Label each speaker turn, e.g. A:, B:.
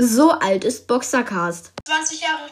A: So alt ist Boxercast.
B: 20 Jahre